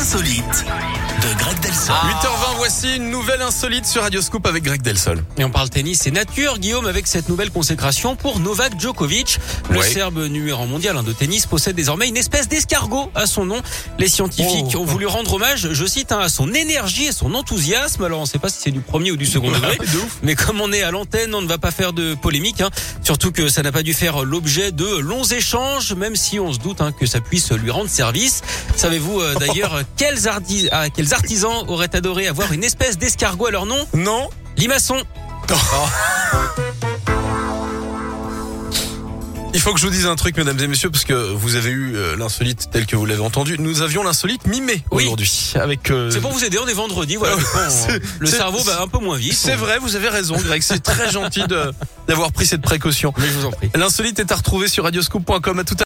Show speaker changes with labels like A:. A: insolite de Greg Delsol.
B: 8h20, voici une nouvelle insolite sur Radio Scoop avec Greg Delsol.
C: Et on parle tennis et nature, Guillaume, avec cette nouvelle consécration pour Novak Djokovic. Le
B: Ouais.
C: Serbe numéro un mondial hein, de tennis possède désormais une espèce d'escargot à son nom. Les scientifiques ont voulu rendre hommage, je cite, hein, à son énergie et son enthousiasme. Alors on ne sait pas si c'est du premier ou du second degré. Mais comme on est à l'antenne, on ne va pas faire de polémique. hein. Surtout que ça n'a pas dû faire l'objet de longs échanges, même si on se doute hein, que ça puisse lui rendre service. Savez-vous euh, d'ailleurs quels, ardi- ah, quels artisans auraient adoré avoir une espèce d'escargot à leur nom
B: Non
C: Limaçon.
B: Oh. Il faut que je vous dise un truc, mesdames et messieurs, parce que vous avez eu euh, l'insolite tel que vous l'avez entendu. Nous avions l'insolite mimé
C: Oui.
B: aujourd'hui. Avec. euh,
C: C'est pour vous aider, on est vendredi, voilà.
B: Euh,
C: des fois, on-
B: c'est-
C: le
B: c'est-
C: cerveau va un peu moins vite.
B: C'est
C: On-
B: vrai, vous avez raison, Greg. C'est très gentil de- d'avoir pris cette précaution.
C: Mais je vous en prie.
B: L'insolite est à retrouver sur radioscoop.com. À tout à